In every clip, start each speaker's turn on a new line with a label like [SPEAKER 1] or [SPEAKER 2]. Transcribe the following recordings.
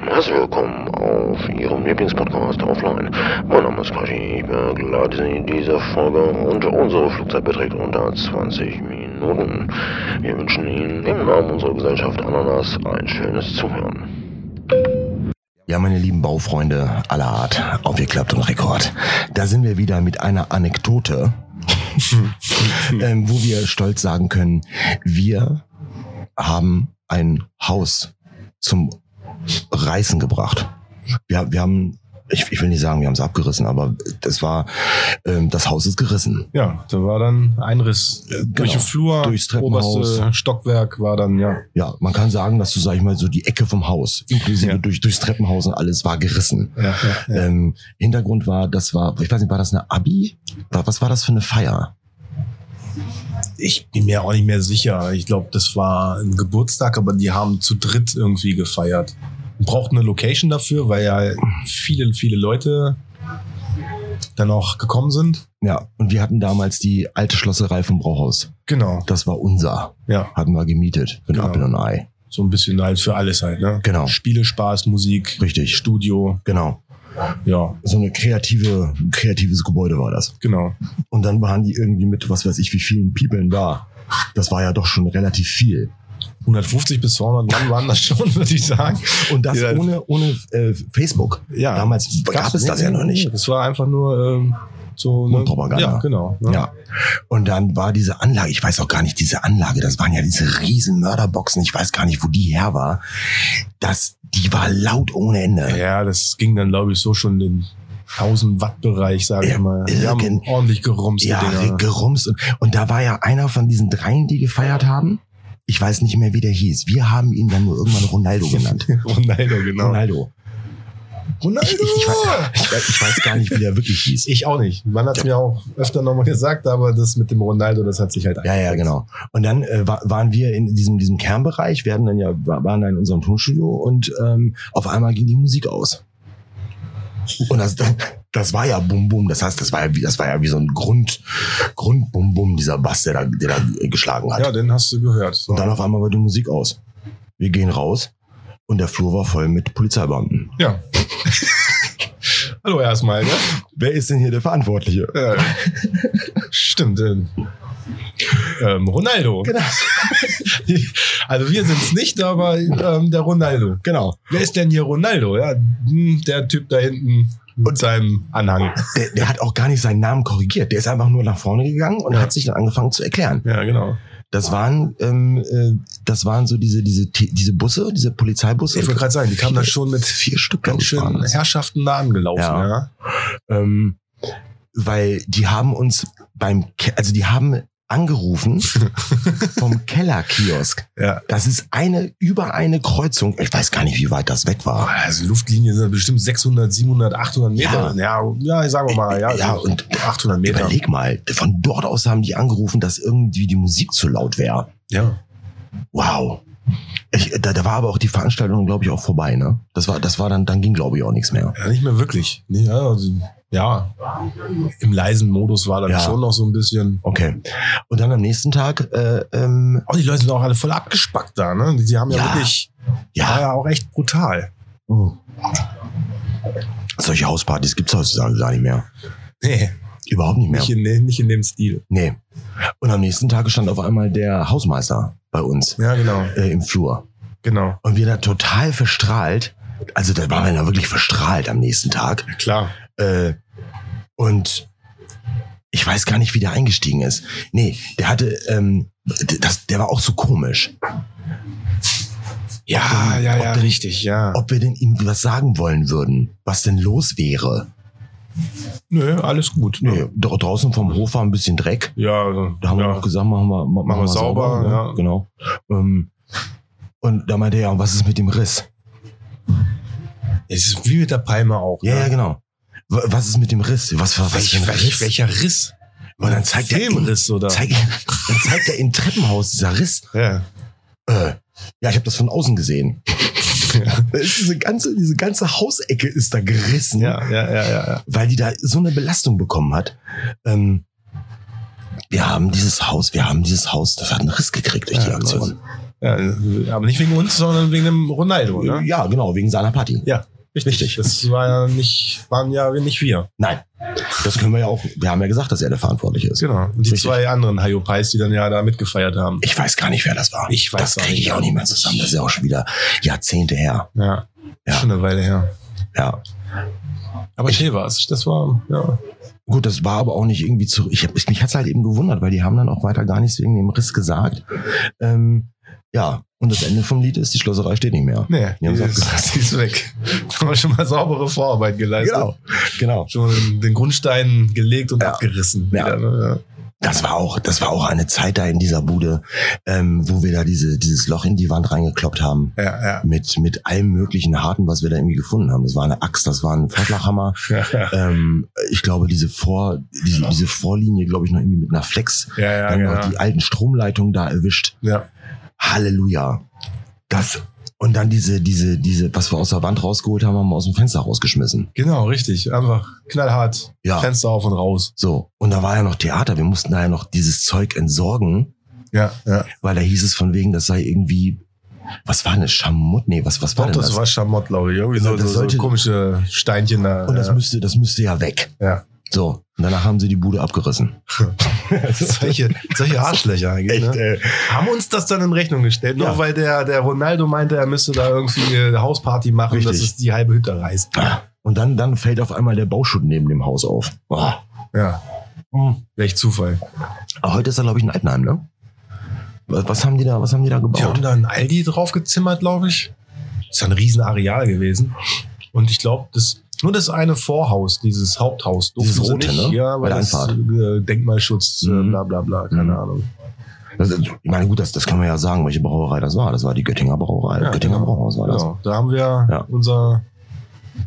[SPEAKER 1] Herzlich willkommen auf Ihrem Lieblingspodcast offline. Mein Name ist Quashi, ich begleite Sie in dieser Folge und unsere Flugzeit beträgt unter 20 Minuten. Wir wünschen Ihnen im Namen unserer Gesellschaft Ananas ein schönes Zuhören.
[SPEAKER 2] Ja, meine lieben Baufreunde aller Art, aufgeklappt und Rekord. Da sind wir wieder mit einer Anekdote, ähm, wo wir stolz sagen können, wir haben ein Haus zum Reißen gebracht. Wir, wir haben, ich, ich will nicht sagen, wir haben es abgerissen, aber das war, ähm, das Haus ist gerissen.
[SPEAKER 3] Ja, da war dann Einriss Äh, genau. durch den Flur,
[SPEAKER 2] Durchs Treppenhaus.
[SPEAKER 3] oberste ne? Stockwerk war dann, ja.
[SPEAKER 2] Ja, man kann sagen, dass du, sag ich mal, so die Ecke vom Haus, inklusive
[SPEAKER 3] Ja.
[SPEAKER 2] durch, durchs Treppenhaus und alles, war gerissen.
[SPEAKER 3] ja, ja, ja.
[SPEAKER 2] Ähm, Hintergrund war, das war, ich weiß nicht, war das eine Abi? Wa- Was war das für eine Feier?
[SPEAKER 3] Ich bin mir auch nicht mehr sicher. Ich glaube, das war ein Geburtstag, aber die haben zu dritt irgendwie gefeiert. Und brauchten eine Location dafür, weil ja viele, viele Leute dann auch gekommen sind.
[SPEAKER 2] Ja, und wir hatten damals die alte Schlosserei vom Brauhaus.
[SPEAKER 3] Genau,
[SPEAKER 2] Das war unser.
[SPEAKER 3] ja.
[SPEAKER 2] Hatten wir gemietet für ein
[SPEAKER 3] Genau.
[SPEAKER 2] Apfel und ein Ei.
[SPEAKER 3] So ein bisschen halt für alles halt, ne?
[SPEAKER 2] Genau.
[SPEAKER 3] Spiele, Spaß, Musik,
[SPEAKER 2] Richtig.
[SPEAKER 3] Studio,
[SPEAKER 2] Genau.
[SPEAKER 3] ja,
[SPEAKER 2] So eine kreative, ein kreatives Gebäude war das.
[SPEAKER 3] genau.
[SPEAKER 2] Und dann waren die irgendwie mit, was weiß ich, wie vielen Piepeln da. Das war ja doch schon relativ viel.
[SPEAKER 3] 150 bis 200 Mann waren das schon, würde ich sagen.
[SPEAKER 2] Und das
[SPEAKER 3] Ja.
[SPEAKER 2] ohne, ohne äh, Facebook.
[SPEAKER 3] Ja.
[SPEAKER 2] Damals gab es das ja noch nicht.
[SPEAKER 3] Das war einfach nur ähm, so
[SPEAKER 2] Mundpropaganda.
[SPEAKER 3] Ja, genau. ne?
[SPEAKER 2] Ja. Und dann war diese Anlage, ich weiß auch gar nicht, diese Anlage, das waren ja diese riesen Mörderboxen, ich weiß gar nicht, wo die her war. Das, die war laut ohne Ende.
[SPEAKER 3] ja, das ging dann, glaube ich, so schon in 1000 Watt Bereich, sage ich
[SPEAKER 2] Ir-
[SPEAKER 3] mal. Die haben
[SPEAKER 2] irgend-
[SPEAKER 3] ordentlich gerumst, die
[SPEAKER 2] Ja,
[SPEAKER 3] Dinger. ne?
[SPEAKER 2] gerumst. Und, und da war ja einer von diesen dreien, die gefeiert haben. Ich weiß nicht mehr, wie der hieß. Wir haben ihn dann nur irgendwann Ronaldo genannt.
[SPEAKER 3] Ronaldo, genau.
[SPEAKER 2] Ronaldo.
[SPEAKER 3] Ronaldo!
[SPEAKER 2] Ich- ich weiß- Ich weiß, ich weiß gar nicht, wie der wirklich hieß.
[SPEAKER 3] Ich auch nicht. Man hat es mir auch öfter nochmal gesagt, aber das mit dem Ronaldo, das hat sich halt
[SPEAKER 2] Ja, ja, genau. Und dann äh, wa- waren wir in diesem, diesem Kernbereich, werden dann ja, wa- waren dann in unserem Tonstudio und ähm, auf einmal ging die Musik aus. Und das, das, das war ja Bum Bum, das heißt, das war ja wie, das war ja wie so ein Grund, Grund Bum Bum, dieser Bass, der da, der da äh, geschlagen hat.
[SPEAKER 3] Ja, den hast du gehört. So.
[SPEAKER 2] Und dann auf einmal war die Musik aus. Wir gehen raus und der Flur war voll mit Polizeibeamten.
[SPEAKER 3] Ja. Hallo erstmal, ne?
[SPEAKER 2] Wer ist denn hier der Verantwortliche?
[SPEAKER 3] Äh, stimmt. äh, Ähm, Ronaldo.
[SPEAKER 2] Genau.
[SPEAKER 3] Also wir sind es nicht, aber ähm, der Ronaldo.
[SPEAKER 2] Genau.
[SPEAKER 3] Wer ist denn hier Ronaldo? Ja, hm, der Typ da hinten mit seinem Anhang.
[SPEAKER 2] Der, der hat auch gar nicht seinen Namen korrigiert. Der ist einfach nur nach vorne gegangen und
[SPEAKER 3] Ja.
[SPEAKER 2] hat sich dann angefangen zu erklären.
[SPEAKER 3] Ja, genau.
[SPEAKER 2] Das waren, ähm, äh, das waren so diese, diese, T- diese Busse, diese Polizeibusse.
[SPEAKER 3] Ich wollte gerade sagen, die kamen da schon mit
[SPEAKER 2] vier Stück, glaub
[SPEAKER 3] ganz
[SPEAKER 2] ich, waren
[SPEAKER 3] schön
[SPEAKER 2] das.
[SPEAKER 3] Herrschaften da angelaufen.
[SPEAKER 2] Ja.
[SPEAKER 3] Ja.
[SPEAKER 2] Ähm, weil die haben uns beim, Ke also die haben angerufen vom Kellerkiosk.
[SPEAKER 3] Ja.
[SPEAKER 2] Das ist eine, über eine Kreuzung. Ich weiß gar nicht, wie weit das weg war.
[SPEAKER 3] Also Luftlinie sind bestimmt 600, 700, 800 Meter. Ja, ja, sagen wir mal, ja,
[SPEAKER 2] Ja,
[SPEAKER 3] so
[SPEAKER 2] und
[SPEAKER 3] 800 Meter.
[SPEAKER 2] Überleg mal, von dort aus haben die angerufen, dass irgendwie die Musik zu laut wäre.
[SPEAKER 3] Ja.
[SPEAKER 2] Wow. Ich, da, da war aber auch die Veranstaltung, glaube ich, auch vorbei, ne? Das war, das war dann, dann ging, glaube ich, auch nichts mehr.
[SPEAKER 3] ja, nicht mehr wirklich. Nee, Ja, also, ja. im leisen Modus war dann
[SPEAKER 2] Ja.
[SPEAKER 3] schon noch so ein bisschen.
[SPEAKER 2] Okay. Und dann am nächsten Tag, äh, ähm,
[SPEAKER 3] Oh, die Leute sind auch alle voll abgespackt da, ne? Die, die haben ja,
[SPEAKER 2] Ja.
[SPEAKER 3] wirklich, war
[SPEAKER 2] ja,
[SPEAKER 3] ja auch echt brutal.
[SPEAKER 2] solche Hauspartys gibt's heutzutage gar nicht mehr.
[SPEAKER 3] Nee,
[SPEAKER 2] Überhaupt nicht mehr.
[SPEAKER 3] nicht, in, de- nicht in dem Stil.
[SPEAKER 2] Nee. Und am nächsten Tag stand auf einmal der Hausmeister bei uns
[SPEAKER 3] Ja, genau,
[SPEAKER 2] äh, im Flur.
[SPEAKER 3] genau.
[SPEAKER 2] Und wir da total verstrahlt, also da waren wir da wirklich verstrahlt am nächsten Tag.
[SPEAKER 3] Klar.
[SPEAKER 2] Äh, und ich weiß gar nicht, wie der eingestiegen ist. Nee, der hatte, ähm, d- das, der war auch so komisch. Ob
[SPEAKER 3] Ja,
[SPEAKER 2] denn-
[SPEAKER 3] ja,
[SPEAKER 2] ob
[SPEAKER 3] ja,
[SPEAKER 2] denn-
[SPEAKER 3] richtig, ja.
[SPEAKER 2] Ob wir denn ihm was sagen wollen würden, was denn los wäre.
[SPEAKER 3] Nö, alles gut.
[SPEAKER 2] Nee, dra- Äh, draußen vom Hof war ein bisschen Dreck.
[SPEAKER 3] Ja, also,
[SPEAKER 2] Da haben wir
[SPEAKER 3] ja.
[SPEAKER 2] auch gesagt, machen wir, ma- machen wir sauber.
[SPEAKER 3] sauber,
[SPEAKER 2] ne?
[SPEAKER 3] ja.
[SPEAKER 2] Genau. Ähm, und da meinte er, ja, was ist mit dem Riss?
[SPEAKER 3] Es ist wie mit der Palme auch.
[SPEAKER 2] Ja,
[SPEAKER 3] ne?
[SPEAKER 2] ja, genau. W- Was ist mit dem Riss? Was, was, was
[SPEAKER 3] Welch,
[SPEAKER 2] für ein
[SPEAKER 3] welch,
[SPEAKER 2] Riss?
[SPEAKER 3] welcher Riss?
[SPEAKER 2] Und dann zeigt er ihm,
[SPEAKER 3] Filmriss oder?
[SPEAKER 2] zeig, dann zeigt er im Treppenhaus dieser Riss.
[SPEAKER 3] ja.
[SPEAKER 2] Äh, ja, ich habe das von außen gesehen. Da ist diese, ganze, diese ganze Hausecke ist da gerissen,
[SPEAKER 3] ja, ja, ja, ja, ja.
[SPEAKER 2] weil die da so eine Belastung bekommen hat. Ähm, wir haben dieses Haus, wir haben dieses Haus, das hat einen Riss gekriegt durch
[SPEAKER 3] Ja,
[SPEAKER 2] die Aktion.
[SPEAKER 3] Ja, aber nicht wegen uns, sondern wegen dem Ronaldo, ne?
[SPEAKER 2] Ja, genau, wegen seiner Party. richtig.
[SPEAKER 3] Das war ja nicht, waren ja nicht wir.
[SPEAKER 2] Nein, das können wir ja auch. Wir haben ja gesagt, dass er der Verantwortliche ist.
[SPEAKER 3] Genau. Und die
[SPEAKER 2] Richtig.
[SPEAKER 3] zwei anderen Hayopais, die dann ja da mitgefeiert haben.
[SPEAKER 2] Ich weiß gar nicht, wer das war.
[SPEAKER 3] Ich weiß
[SPEAKER 2] das
[SPEAKER 3] auch
[SPEAKER 2] kriege ich
[SPEAKER 3] nicht.
[SPEAKER 2] auch nicht mehr zusammen. Das ist ja auch schon wieder Jahrzehnte her.
[SPEAKER 3] Ja.
[SPEAKER 2] Ja.
[SPEAKER 3] Schon eine Weile her.
[SPEAKER 2] Ja.
[SPEAKER 3] Aber chill war es. Das war, ja.
[SPEAKER 2] Gut, das war aber auch nicht irgendwie zu. Ich hab, ich, mich hat's halt eben gewundert, weil die haben dann auch weiter gar nichts wegen dem Riss gesagt. Ähm, ja, und das Ende vom Lied ist, die Schlosserei steht nicht mehr.
[SPEAKER 3] Nee,
[SPEAKER 2] Die
[SPEAKER 3] die,
[SPEAKER 2] haben's
[SPEAKER 3] ist, die ist weg. Da haben wir schon mal saubere Vorarbeit geleistet.
[SPEAKER 2] genau.
[SPEAKER 3] Schon den Grundstein gelegt und
[SPEAKER 2] Ja.
[SPEAKER 3] abgerissen.
[SPEAKER 2] Ja.
[SPEAKER 3] Wieder, ne?
[SPEAKER 2] Das war auch, das war auch eine Zeit da in dieser Bude, ähm, wo wir da diese, dieses Loch in die Wand reingekloppt haben.
[SPEAKER 3] ja. ja,
[SPEAKER 2] Mit, mit allem möglichen Harten, was wir da irgendwie gefunden haben. Das war eine Axt, das war ein Vorschlaghammer.
[SPEAKER 3] ja. ja.
[SPEAKER 2] Ähm, ich glaube, diese Vor, diese, diese Vorlinie, glaube ich, noch irgendwie mit einer Flex.
[SPEAKER 3] Ja, Genau. ja,
[SPEAKER 2] Dann noch
[SPEAKER 3] genau.
[SPEAKER 2] die alten Stromleitungen da erwischt.
[SPEAKER 3] Ja,
[SPEAKER 2] Halleluja. Das. Und dann diese, diese, diese, was wir aus der Wand rausgeholt haben, haben wir aus dem Fenster rausgeschmissen.
[SPEAKER 3] genau, richtig. Einfach knallhart.
[SPEAKER 2] Ja.
[SPEAKER 3] Fenster auf und raus.
[SPEAKER 2] So. Und da war ja noch Theater. Wir mussten da ja noch dieses Zeug entsorgen,
[SPEAKER 3] Ja, ja.
[SPEAKER 2] weil da hieß es von wegen, das sei irgendwie, was war denn das? Schamott? Nee, was, was war
[SPEAKER 3] Doch,
[SPEAKER 2] denn das?
[SPEAKER 3] das war Schamott, glaube ich. Irgendwie so,
[SPEAKER 2] Das
[SPEAKER 3] so, so
[SPEAKER 2] sollte-
[SPEAKER 3] komische Steinchen da.
[SPEAKER 2] Und das
[SPEAKER 3] ja.
[SPEAKER 2] müsste, das müsste ja weg.
[SPEAKER 3] Ja.
[SPEAKER 2] So. Und danach haben sie die Bude abgerissen.
[SPEAKER 3] solche, solche Arschlöcher eigentlich. Ne?
[SPEAKER 2] ey.
[SPEAKER 3] Haben uns das dann in Rechnung gestellt,
[SPEAKER 2] Ja.
[SPEAKER 3] nur weil der, der Ronaldo meinte, er müsste da irgendwie eine Hausparty machen,
[SPEAKER 2] Richtig.
[SPEAKER 3] dass es die halbe Hütte reißt.
[SPEAKER 2] Und dann, dann fällt auf einmal der Bauschutt neben dem Haus auf. Boah.
[SPEAKER 3] Ja. Welch Zufall.
[SPEAKER 2] Aber heute ist da, glaube ich, ein Altenheim, ne? Was, was haben die da, was haben die da
[SPEAKER 3] Die
[SPEAKER 2] gebaut?
[SPEAKER 3] haben da ein Aldi draufgezimmert, glaube ich. Ist ja ein Riesenareal gewesen. Und ich glaube, das nur das eine Vorhaus, dieses Haupthaus, durften
[SPEAKER 2] Dieses
[SPEAKER 3] sie
[SPEAKER 2] rote, ne?
[SPEAKER 3] Ja,
[SPEAKER 2] Bei
[SPEAKER 3] weil
[SPEAKER 2] der
[SPEAKER 3] das
[SPEAKER 2] Einfahrt.
[SPEAKER 3] äh, Denkmalschutz, äh,
[SPEAKER 2] Mhm.
[SPEAKER 3] bla bla bla, keine
[SPEAKER 2] Mhm.
[SPEAKER 3] Ahnung.
[SPEAKER 2] Das, ich meine, gut, das, das kann man ja sagen, welche Brauerei das war. Das war die Göttinger Brauerei.
[SPEAKER 3] Ja,
[SPEAKER 2] Göttinger
[SPEAKER 3] genau.
[SPEAKER 2] Brauhaus war das.
[SPEAKER 3] Genau. Da haben wir
[SPEAKER 2] Ja.
[SPEAKER 3] unser,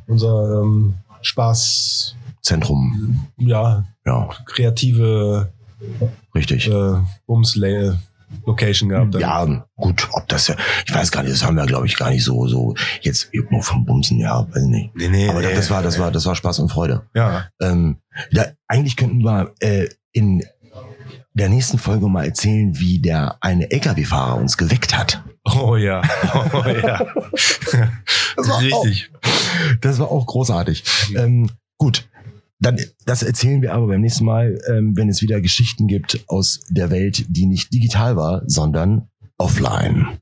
[SPEAKER 3] unser ähm, Spaß,
[SPEAKER 2] Zentrum.
[SPEAKER 3] Mhm. ja,
[SPEAKER 2] Ja,
[SPEAKER 3] kreative
[SPEAKER 2] richtig.
[SPEAKER 3] äh, Bumslay Location gehabt. dann.
[SPEAKER 2] Ja, gut, ob das ja, ich weiß gar nicht, das haben wir, glaube ich, gar nicht so, so, jetzt nur vom Bumsen, ja, weiß nicht.
[SPEAKER 3] Nee, nee,
[SPEAKER 2] Aber das,
[SPEAKER 3] nee.
[SPEAKER 2] das war, das war, das war Spaß und Freude.
[SPEAKER 3] ja,
[SPEAKER 2] Ähm, ja, eigentlich könnten wir äh, in der nächsten Folge mal erzählen, wie der eine LKW-Fahrer uns geweckt hat.
[SPEAKER 3] oh ja, oh ja.
[SPEAKER 2] Das war auch-
[SPEAKER 3] Richtig.
[SPEAKER 2] Das war auch großartig.
[SPEAKER 3] Mhm.
[SPEAKER 2] Ähm, gut, dann das erzählen wir aber beim nächsten Mal, ähm, wenn es wieder Geschichten gibt aus der Welt, die nicht digital war, sondern offline.